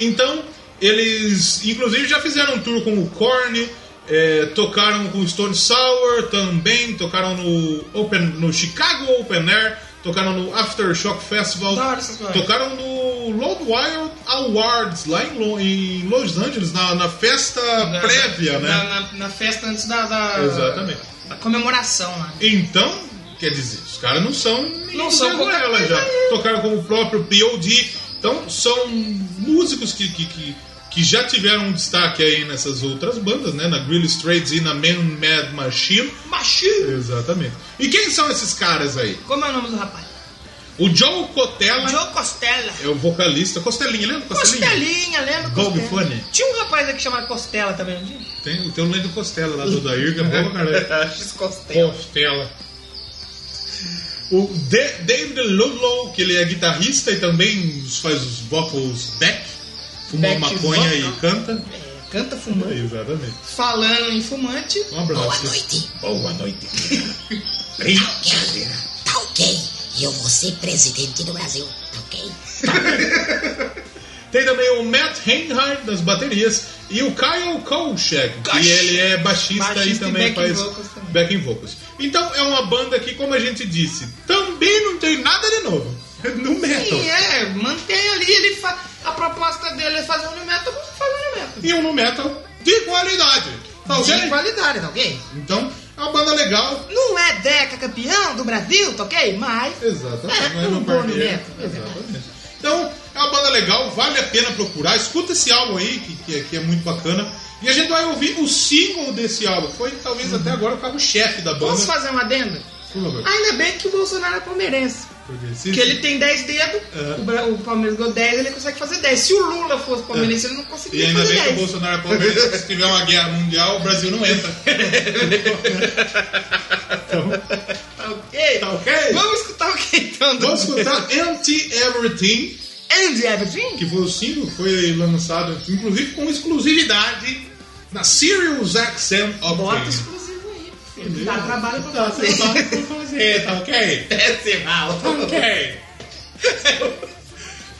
B: Então, eles inclusive já fizeram um tour com o Korn, é, tocaram com o Stone Sour também, tocaram no, Open, no Chicago Open Air, tocaram no Aftershock Festival,
A: Da hora essas coisas.
B: tocaram no Road Wild Awards lá em, Lo- em Los Angeles, na, na festa prévia, né?
A: Na, na- na festa antes da, da-
B: Exatamente.
A: da comemoração lá.
B: Então, quer dizer, os caras não são nem
A: Não são qualquer
B: ela
A: coisa
B: já.
A: aí.
B: Tocaram como o próprio P.O.D. Então, são músicos que, que, que, que já tiveram um destaque aí nessas outras bandas, né? Na Grill Straits e na Man Mad Machine.
A: Machu!
B: Exatamente. E quem são esses caras aí?
A: Como é o nome do rapaz?
B: O Joe Cotella
A: Joe Costela.
B: é o vocalista. Costelinha, lembra do Costelinha?
A: Costelinha, lembra?
B: Golpe
A: Costela.
B: fone.
A: Tinha um rapaz aqui chamado Costela também, não tinha?
B: Tem, tem o Lendo Costela lá do Dair, que é bom, *laughs* cara.
A: Costela.
B: Costela. O Da- David Ludlow, que ele é guitarrista e também faz os vocals back, fuma
A: Back
B: maconha
A: vocal.
B: e canta.
A: É, canta fumando.
B: Exatamente.
A: Falando em fumante,
B: Um abraço.
E: Boa noite.
B: Boa noite.
E: Ok. Tá ok. Eu vou ser presidente do Brasil. Tá ok?
B: Tem também o Matt Heinhardt das baterias e o Kyle Kolchak,
A: Gosh.
B: que ele é baixista, e
A: Baixista e
B: também
A: backing
B: faz
A: vocals também.
B: backing vocals. Então é uma banda que, como a gente disse, também não tem nada de novo. *laughs* No metal.
A: Sim, é, mantém ali, ele fa... a proposta dele é fazer um metal, vamos fazer um metal.
B: E um no metal de qualidade. Tá ok?
A: De qualidade, tá ok?
B: Então, é uma banda legal.
A: Não é Deca campeão do Brasil, tá ok? Mas
B: Exatamente.
A: É,
B: não é
A: um
B: meu
A: bom
B: parceiro.
A: elemento.
B: Exatamente. Então, é uma banda legal, vale a pena procurar. Escuta esse álbum aí, que, que, é, que é muito bacana. E a gente vai ouvir o single desse álbum. Foi talvez até agora o carro-chefe da banda.
A: Posso fazer uma adenda?
B: Por favor.
A: Ainda bem que o Bolsonaro é palmeirense. Porque ele tem 10 dedos,
B: É.
A: o Bra- o Palmeiras ganhou 10, ele consegue fazer 10. Se o Lula fosse palmeirense, ele não
B: É. E
A: conseguiria
B: ainda
A: fazer
B: bem que o
A: 10.
B: Bolsonaro é palmeirense, se tiver uma guerra mundial, o Brasil não entra.
A: Tá ok?
B: Tá ok?
A: Vamos escutar o que então? Do...
B: Vamos escutar Empty Everything,
A: And everything?
B: que foi o single, foi lançado, inclusive com exclusividade, na Sirius XM
A: Bota
B: Option.
A: exclusivo aí, filho. Dá trabalho pra
B: Tá,
A: fazer.
B: tá, tá, fazer, tá ok?
A: É, você mal.
B: Ok. É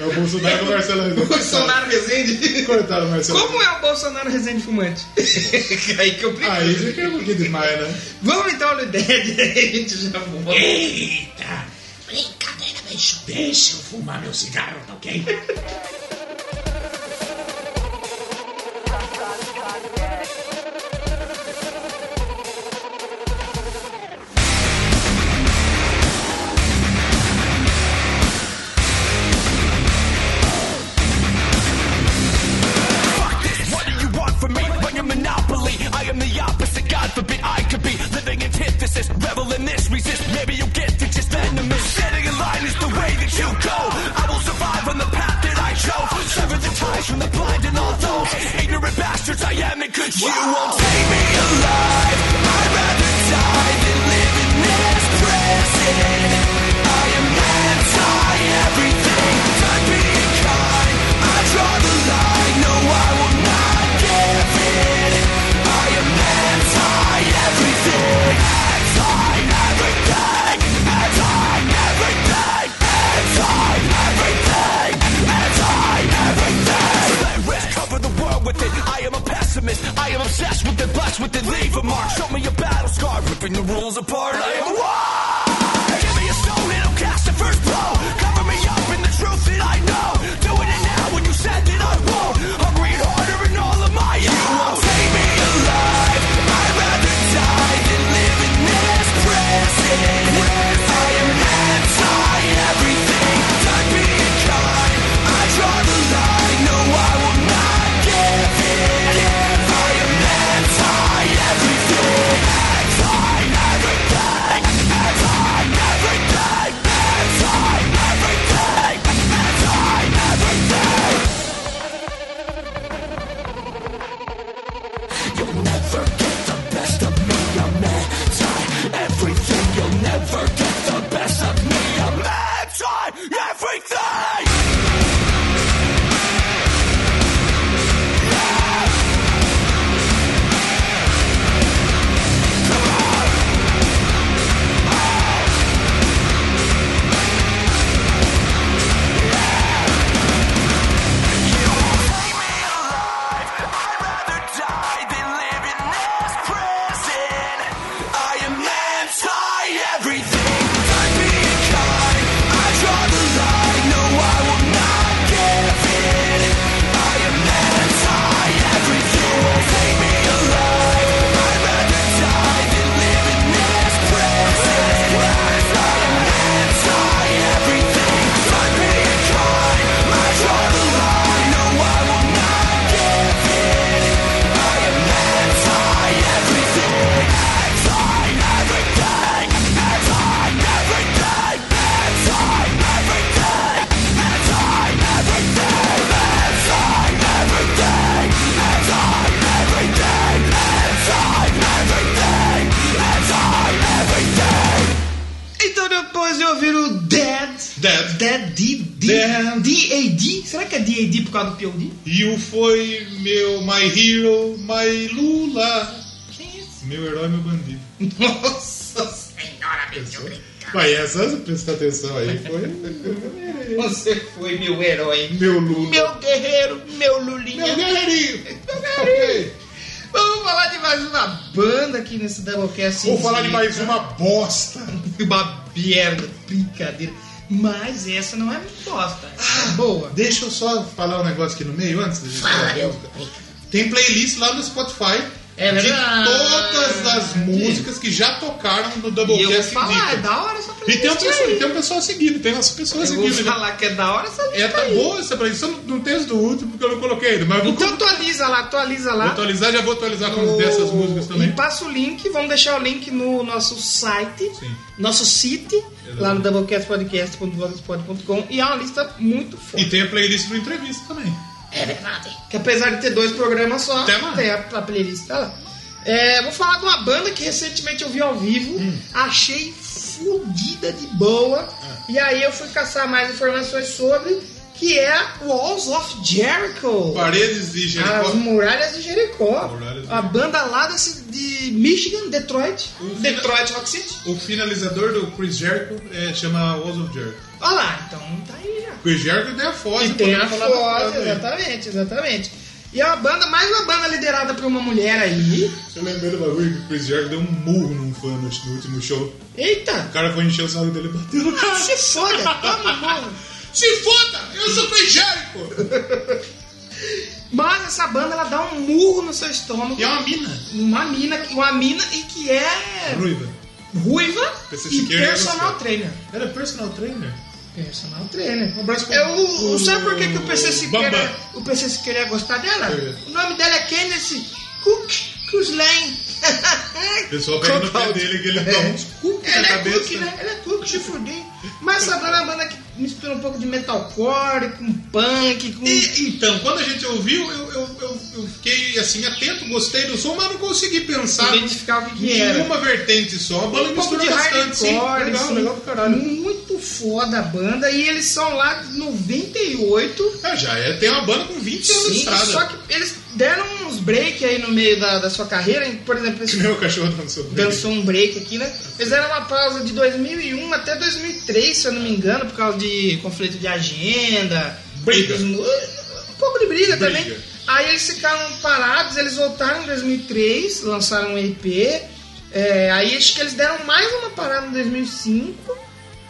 B: o Bolsonaro com o Marcelo Rezende.
A: *laughs* Bolsonaro Rezende.
B: Coitado, Marcelo.
A: Como é o Bolsonaro Rezende fumante? *laughs* aí que eu brinco.
B: Aí já quer um pouquinho demais, né?
A: Vamos então ao Lided, *laughs* aí a gente já volta.
D: Eita!
E: Brincadeira, bicho.
D: Deixa eu fumar meu cigarro, tá ok?
G: What do you want from me? When you're monopoly, I am the opposite. God forbid I could be living antithesis. Revel in this, resist. Maybe you'll get to just venomous. Standing in line is the way that you go. I will survive on the path that I chose. Sever the ties from the blind and all those ignorant bastards I am and could you won't take me alive. I'd rather die than live in this prison. I am anti everything. I'm being kind. I draw the line. No, I will not give in. I am anti everything. Anti everything. Anti everything. Anti everything. Anti everything. So let risk cover the world with it. I am a pessimist. I am obsessed with it. Blessed with it. Leave a mark. Show me your battle scar. Ripping the rules apart. I am wild. Give me a stone, it'll cast the first blow. Cover me up in the truth that I know. Doing it now when you said that I won't. Hungry and harder in all of my You won't save me alive. I'd rather die than live in this prison. I am anti everything. Time being kind. I draw the line. No, I will not give in. I am anti everything. Anti everything. Everything! I'd rather die than live in this prison. I am anti everything. I'm being kind. I draw the line. No, I will not give in. I am anti everything. Take me alive. I'd rather die than live in this prison. I am anti everything. I'm being kind. I draw the line. No, I will not give in.
A: Então depois de ouvir o Dead.
B: Dead.
A: Dead D.
B: Dead.
A: D-A-D? Será que é D-A-D por causa do POD?
B: You foi meu my hero, my Lula.
A: Que isso?
B: Meu herói, meu bandido.
A: Nossa Senhora.
E: Senhora, medíocre.
B: Vai, essa, se prestar atenção aí, *laughs* foi...
A: Você foi meu herói.
B: meu Lula.
A: Meu guerreiro, meu Lulinha.
B: Meu guerreirinho.
A: Meu guerreirinho.
B: Ok.
A: Vamos falar de mais uma banda aqui nesse Doublecast.
B: Vou falar de mais uma bosta.
A: Uma merda, brincadeira. Mas essa não é bosta.
B: Ah,
A: Essa é boa.
B: Deixa eu só falar um negócio aqui no meio antes da gente
E: Fala,
B: falar.
E: meu. Brinca.
B: Tem playlist lá no Spotify
A: É
B: de
A: verdade.
B: todas as músicas que já tocaram
A: E
B: no
A: eu vou
B: Doublecast
A: falar, é
B: Indica.
A: da hora essa
B: E tem um,
A: playlist
B: pessoal, e
A: aí.
B: tem um pessoal seguindo, tem umas pessoas
A: Eu vou
B: seguindo. né?
A: falar que é da hora essa
B: É,
A: lista
B: tá
A: aí.
B: boa essa pra isso. Eu não tenho do último porque eu não coloquei ainda, mas eu vou,
A: Então tá. Oh, atualiza lá, atualiza
B: vou
A: lá.
B: atualizar, já vou atualizar quando der essas músicas também.
A: E passa o link, vamos deixar o link no nosso site,
B: Sim.
A: nosso site, lá no doublecastpodcast.blogspot.com e é uma lista muito
B: E
A: forte.
B: tem a playlist do entrevista também.
E: É verdade.
A: Que apesar de ter dois programas só,
B: Tem lá.
A: tem a, a playlist tá lá. É, vou falar de uma banda que recentemente eu vi ao vivo,
B: Hum.
A: achei fodida de boa,
B: Ah.
A: e aí eu fui caçar mais informações sobre, que é Walls of Jericho.
B: Paredes de Jericó.
A: As Muralhas de Jericó.
B: Muralhas de
A: A banda lá desse- de Michigan, Detroit.
B: O-
A: Detroit Rock City.
B: O finalizador do Chris Jericho é, chama Walls of Jericho.
A: Olha lá, então tá aí já.
B: Chris Jericho tem a foz. então
A: E tem
B: o
A: a
B: programa falava
A: foto,
B: foda aí.
A: exatamente, exatamente. E é uma banda, mais uma banda liderada por uma mulher aí.
B: Eu lembrei do bagulho que o Chris Jericho deu um murro num fã no, no último show.
A: Eita!
B: O cara foi encher o saco dele e bateu no cara.
A: Se foda, todo mundo.
B: Se foda! Eu sou Chris Jericho!
A: Mas essa banda ela dá um murro no seu estômago.
B: E é uma mina.
A: Uma mina, uma mina e que é
B: Ruiva.
A: ruiva
B: Esse
A: e
B: Siqueira é
A: personal
B: você.
A: trainer.
B: Era personal trainer?
A: Personal trainer.
B: Um abraço pro-
A: Eu,
B: pro-
A: sabe por que, que o PC Siqueira
B: Bambam.
A: o PC Siqueira ia gostar dela?
B: Por quê?
A: O nome dela é Kenneth Cook Cruzlane.
B: *laughs* O pessoal pega no pé
A: Cook
B: dele que ele toma uns cookies
A: Ela
B: na
A: é
B: cabeça.
A: Cook, né? Ela é Cook, se fuder. Mas essa banda é uma banda que mistura um pouco de metalcore com punk, com...
B: E, então, quando a gente ouviu, eu, eu, eu, eu fiquei assim, atento, gostei do som, mas não consegui pensar
A: Identificar o que que
B: em
A: era.
B: nenhuma vertente só. A banda
A: um pouco
B: mistura
A: de
B: bastante, sim.
A: hardcore,
B: Legal,
A: assim,
B: legal pra caralho.
A: muito foda a banda. E eles são lá de 98...
B: É, já é, tem uma banda com 20 anos de
A: Sim,
B: estrada.
A: só que eles deram uns break aí no meio da, da sua carreira. Por exemplo,
B: *laughs*
A: esse
B: Meu cachorro dançou. bem.
A: dançou um break aqui, né? Fizeram uma pausa de 2001 até 2003, se eu não me engano, por causa de conflito de agenda.
B: Briga.
A: Dos mu- Um pouco de briga,
B: Briga.
A: também. Aí eles ficaram parados, eles voltaram em 2003, lançaram um EP. é, aí acho que eles deram mais uma parada em 2005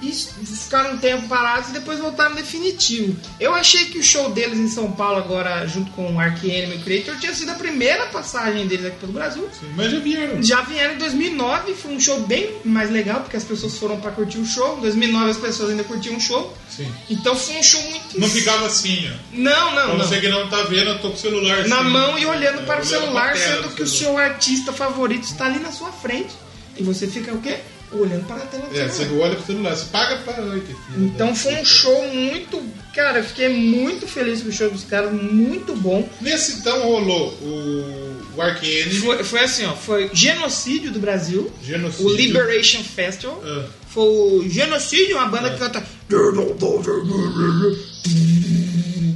A: e s- ficaram um tempo parados e depois voltaram definitivo. Eu achei que o show deles em São Paulo agora, junto com o Ark Enemy Creator, tinha sido a primeira passagem deles aqui pelo Brasil.
B: Mas já vieram.
A: Já vieram em 2009, foi um show bem mais legal, porque as pessoas foram pra curtir o show. Em 2009 as pessoas ainda curtiam o show.
B: Sim.
A: Então foi um show muito.
B: Não ficava assim, ó.
A: Não,
B: Pra
A: não, não.
B: você que não tá vendo, eu tô com o celular
A: Na
B: assim,
A: mão e olhando
B: é,
A: para o celular,
B: pra tela
A: sendo
B: do
A: que o
B: celular.
A: seu artista favorito está ali na sua frente. E você fica o quê? Olhando para a tela do
B: É,
A: celular.
B: você olha pro celular, você paga pra. Ai, que filho
A: Então
B: da
A: foi um
B: puta.
A: show muito. Cara, eu fiquei muito feliz com o show dos caras, muito bom.
B: Nesse então rolou o, o Ark Enemy,
A: Foi, foi assim, ó, foi Genocídio do Brasil,
B: Genocídio.
A: o Liberation Festival,
B: Ah.
A: foi o Genocídio, uma banda que canta.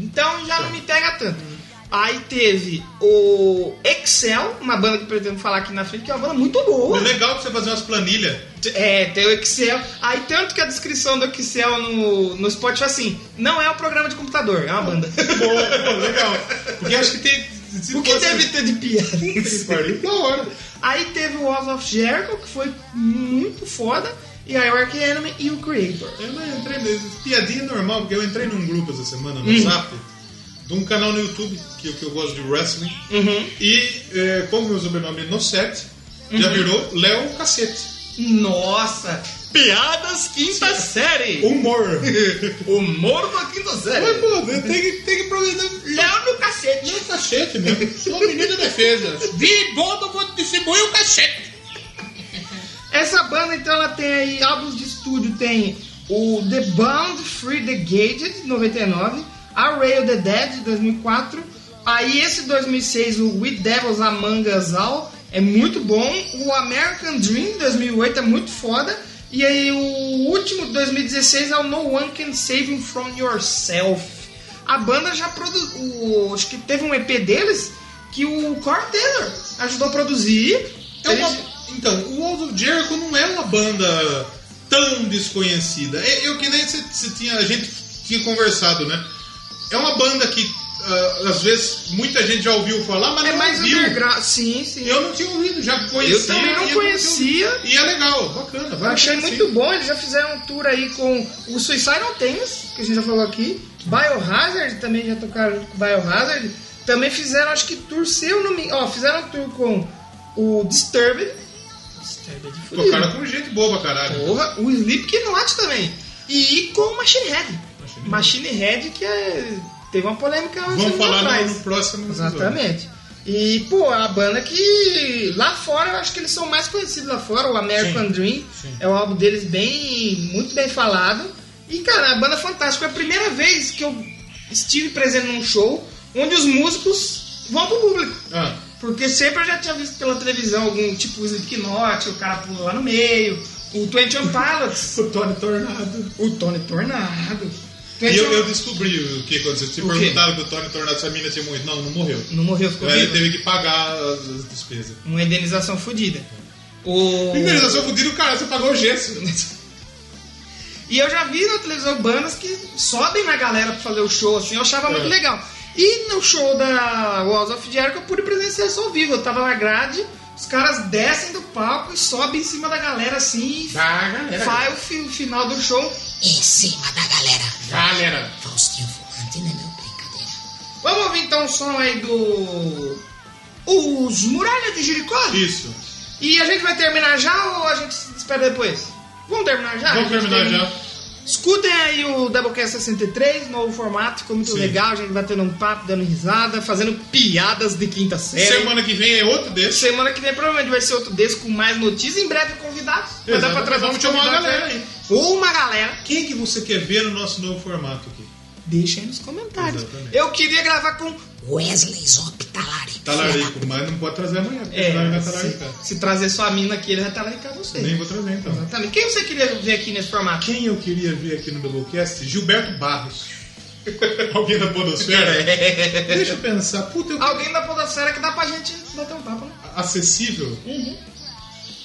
A: Então já não me
B: Tá.
A: pega tanto. Aí teve o Excel, uma banda que pretendo falar aqui na frente, que é uma banda muito boa.
B: É legal pra você fazer umas planilhas.
A: É, tem o Excel. Aí tanto que a descrição do Excel no, no Spotify assim, não é um programa de computador, é uma
B: *laughs*
A: banda.
B: Boa, legal. Porque acho que tem. se
A: o que
B: fosse- assim,
A: deve ter de piada?
B: Esse barulho, Da hora.
A: Aí teve o Walls of Jericho, que foi muito foda. E aí o Ark Enemy e o Creator.
B: Eu não entrei nesse. Piadinha é normal, porque eu entrei num grupo essa semana
A: Hum.
B: no Zap, de um canal no YouTube, que, que eu gosto de wrestling.
A: Uhum.
B: E é, como meu sobrenome é Nocete,
A: Uhum.
B: já virou Léo Cacete.
A: Nossa! Piadas quinta série! *laughs*
B: Humor.
A: Humor da quinta
B: Mas,
A: série!
B: pô, tem que, tem que aproveitar.
A: Léo no cacete!
B: Léo Cacete mesmo. Sou *laughs* um menino da defesa. Vi bodo, vou distribuir o cacete.
A: Essa banda, então, ela tem aí álbuns de estúdio, tem o The Bound Free the Gated, de 99, A Rail the Dead, de 2004, aí esse 2006, o We Devils Among Us All, é muito bom, o American Dream, de 2008, é muito foda, e aí o último, de 2016, é o No One Can Save You From Yourself. A banda já produziu, acho que teve um EP deles, que o Corey Taylor ajudou a produzir.
B: É uma-
A: Eles-
B: Então, o Walls of Jericho não é uma banda tão desconhecida. É- Eu que nem você você tinha, a gente tinha conversado, né? É uma banda que ah, às vezes muita gente já ouviu falar, mas
A: É
B: não
A: mais
B: ouviu.
A: underground. Sim, sim.
B: Eu não tinha ouvido, já conhecia.
A: Eu também não
B: e
A: conhecia.
B: ouvido. E é legal, bacana.
A: Eu
B: vai
A: achei
B: conhecer.
A: muito bom. Eles já fizeram um tour aí com o Suicidal Tennis, que a gente já falou aqui. Biohazard também já tocaram junto com Biohazard. Também fizeram, acho que tour seu no. Ó, fizeram um tour com o Disturbed. Disturbed é fudido.
B: Tocaram com gente boa pra caralho.
A: Porra, o Slipknot também. E com o Machine Head.
B: Machine
A: Machine, Head que é- teve uma polêmica há uns
B: Vamos
A: anos
B: falar no,
A: atrás.
B: no próximo episódio.
A: Exatamente. E, pô, é uma banda que lá fora eu acho que eles são mais conhecidos lá fora. O American
B: Sim,
A: Dream
B: sim.
A: é um álbum deles bem, muito bem falado. E, cara, a banda é fantástica. Foi a primeira vez que eu estive presente num show onde os músicos vão pro público.
B: Ah,
A: Porque sempre eu já tinha visto pela televisão algum tipo Slipknot, o cara pula lá no meio, o Twenty One Pilots,
B: o Tony Tornado.
A: o Tony Tornado.
B: E
A: 21
B: eu, eu descobri o que aconteceu. Te
A: O quê?
B: perguntaram que o Tony Tornado, se a mina tinha morrido. Não, não morreu.
A: Não morreu, ficou
B: Aí
A: vivo.
B: ele teve que pagar as, as despesas.
A: Uma indenização fodida. O...
B: Indenização fodida, o cara, você pagou o gesso.
A: E eu já vi na televisão bandas que sobem na galera pra fazer o show, assim, eu achava
B: É.
A: muito legal. E no show da Walls of Jericho eu pude presenciar isso ao vivo. Eu tava na grade, os caras descem do palco e sobem em cima da galera assim e
B: Da galera.
A: faz o fi- final do show.
E: Em cima da galera.
B: Galera.
E: Faustinho Fulgante não é meu brincadeira.
A: Vamos ouvir então o som aí do. Os Muralhas de Jericó?
B: Isso.
A: E a gente vai terminar já ou a gente se espera depois? Vamos terminar já?
B: Vamos
A: A gente
B: terminar
A: termina.
B: já.
A: Escutem aí o Doublecast 63, novo formato, ficou muito
B: Sim.
A: legal. A gente vai tendo um papo, dando risada, fazendo piadas de quinta série. Semana,
B: Semana que vem é outro desse.
A: que vem provavelmente vai ser outro desse com mais notícias. Em breve, convidados. Vai dar pra
B: Exato.
A: trazer
B: Vamos
A: uns
B: chamar uma
A: convidados
B: galera
A: aí.
B: aí.
A: Ou uma galera.
B: Quem que você quer ver no nosso novo formato aqui?
A: Deixa aí nos comentários.
B: Exatamente.
A: Eu queria gravar com.
E: Wesley Zop talarico.
B: Talarico, Tá mas não pode trazer amanhã, porque
A: É,
B: senão ele vai tá talaricar.
A: se, se trazer sua mina aqui, ele vai tá talaricar você.
B: Nem vou trazer então.
A: Exatamente. Quem você queria ver aqui nesse formato?
B: Quem eu queria ver aqui no Doublecast? Gilberto Barros. *laughs* Alguém da Podosfera? Deixa eu pensar. Puta,
A: *laughs*
B: eu...
A: Alguém da Podosfera que dá pra gente bater um papo, né?
B: acessível?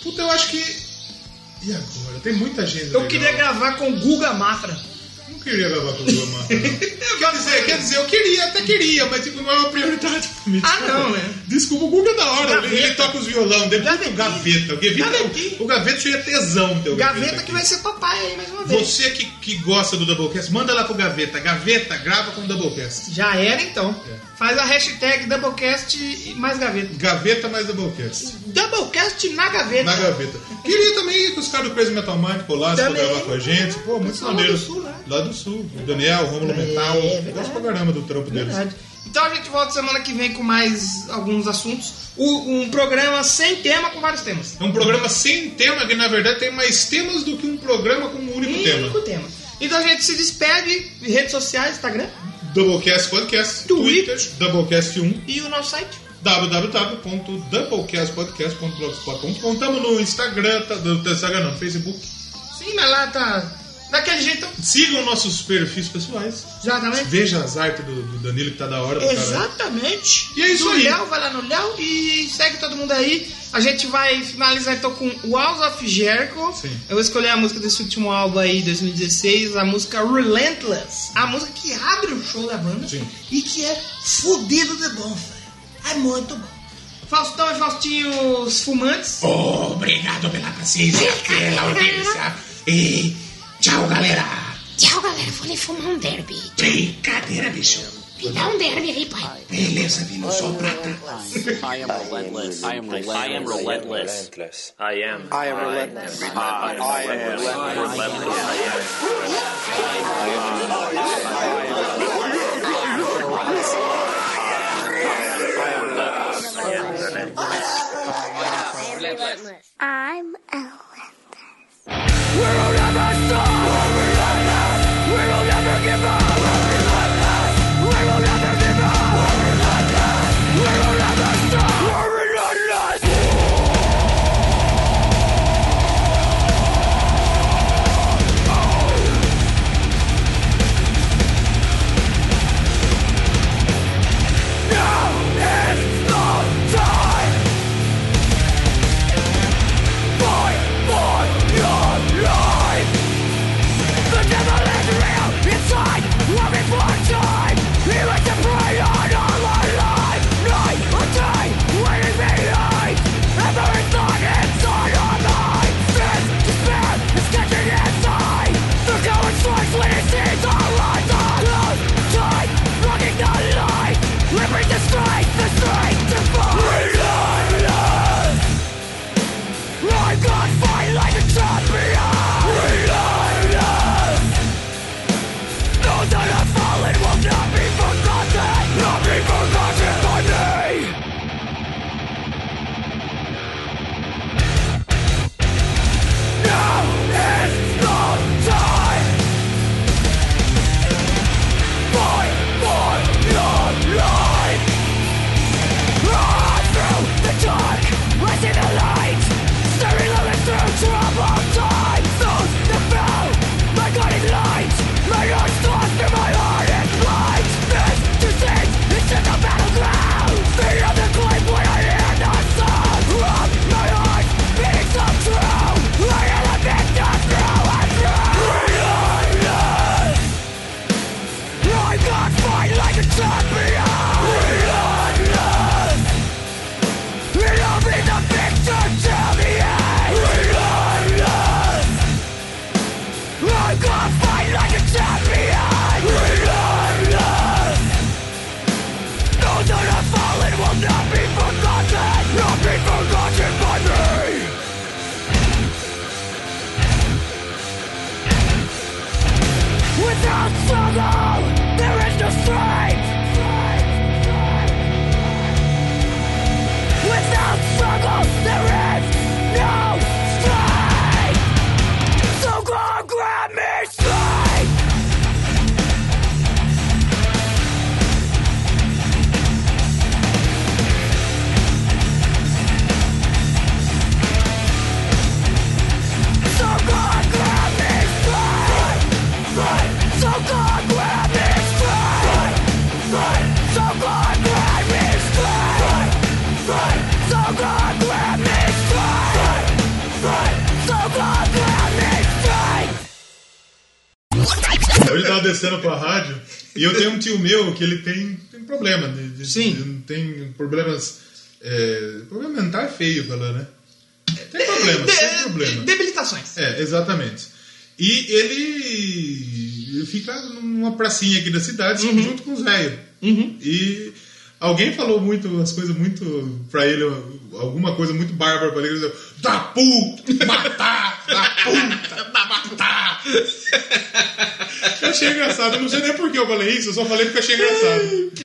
B: Puta, eu acho que. E agora? Tem muita gente.
A: Eu
B: legal.
A: queria gravar com o Guga Mafra.
B: Não queria gravar com o Guga
A: *laughs*
B: Mafra, não. quer, dizer, quer dizer, eu queria, até queria, mas tipo, não é uma prioridade pra mim.
A: Ah,
B: Desculpa.
A: não, né?
B: Desculpa, o Guga é da hora. Ele, ele toca os violão dele. Puta, o
A: Gavetinha.
B: gaveta. O gaveta,
A: Gavetinha.
B: o, o gaveta seria tesão teu.
A: Gaveta que
B: aqui.
A: vai ser papai aí mais uma vez.
B: Você que, que gosta do Doublecast, manda lá pro Gaveta. Gaveta, grava com o Doublecast.
A: Já era então.
B: É.
A: Faz a hashtag Doublecast e mais gaveta.
B: Gaveta mais Doublecast.
A: Doublecast na gaveta.
B: Na gaveta. Queria também que os caras do Crazy Metal Mind colassem pra
A: Também.
B: gravar com a gente. Pô, muito
A: Pessoal lá
B: maneiro.
A: do sul, né? É,
B: Lá do sul. O Daniel, o Romulo Metal. Eu gosto pra caramba do trampo deles.
A: Verdade. Então a gente volta semana que vem com mais alguns assuntos. O- um programa sem tema com vários temas.
B: É um programa sem tema, que na verdade tem mais temas do que um programa com um único
A: Único
B: tema.
A: tema. Então a gente se despede em redes sociais, Instagram
B: Doublecast Podcast,
A: Twitter.
B: Doublecast 1,
A: e o nosso site.
B: www.doublecastpodcast.blogspot.com. Tamo no Instagram, tá, no Instagram não, no Facebook.
A: Sim, mas lá tá daquele jeito.
B: Sigam nossos perfis pessoais.
A: Exatamente.
B: Veja as artes do, do Danilo que tá da hora. do caralho.
A: Exatamente.
B: E é isso
A: no
B: aí.
A: Léo, vai lá no Léo e segue todo mundo aí. A gente vai finalizar então com Walls of Jericho.
B: Sim.
A: Eu vou escolher a música desse último álbum aí, 2016, a música Relentless. A música que abre o show da banda
B: Sim.
A: e que é fodido de bom, velho. É muito bom. Faustão e Faustinho os fumantes.
D: Obrigado pela paciência, pela audiência. E tchau, galera.
E: Tchau, galera. Vou fumar um derby.
D: Brincadeira, bicho.
E: Me dá um derby aí, pai.
D: Beleza, Vino, sou prata.
H: I am relentless. I am relentless. I am relentless.
I: I am.
H: I am relentless. I am relentless.
J: I'm a
G: Fight
B: descendo pra rádio. E eu tenho um tio meu que ele tem, tem problema. De, de-
A: Sim.
B: de- tem problemas. É, problema mental é feio falar, né? Tem problema, tem
A: De-
B: problema.
A: Debilitações.
B: É, exatamente. E ele ele fica numa pracinha aqui da cidade junto com os velhos. E alguém falou muito, umas coisas muito. pra ele, alguma coisa muito bárbara pra ele. ele dizia, da puta! Matar! Da puta! Da matar! *laughs* Eu achei engraçado, eu não sei nem por que eu falei isso, eu só falei porque eu achei engraçado.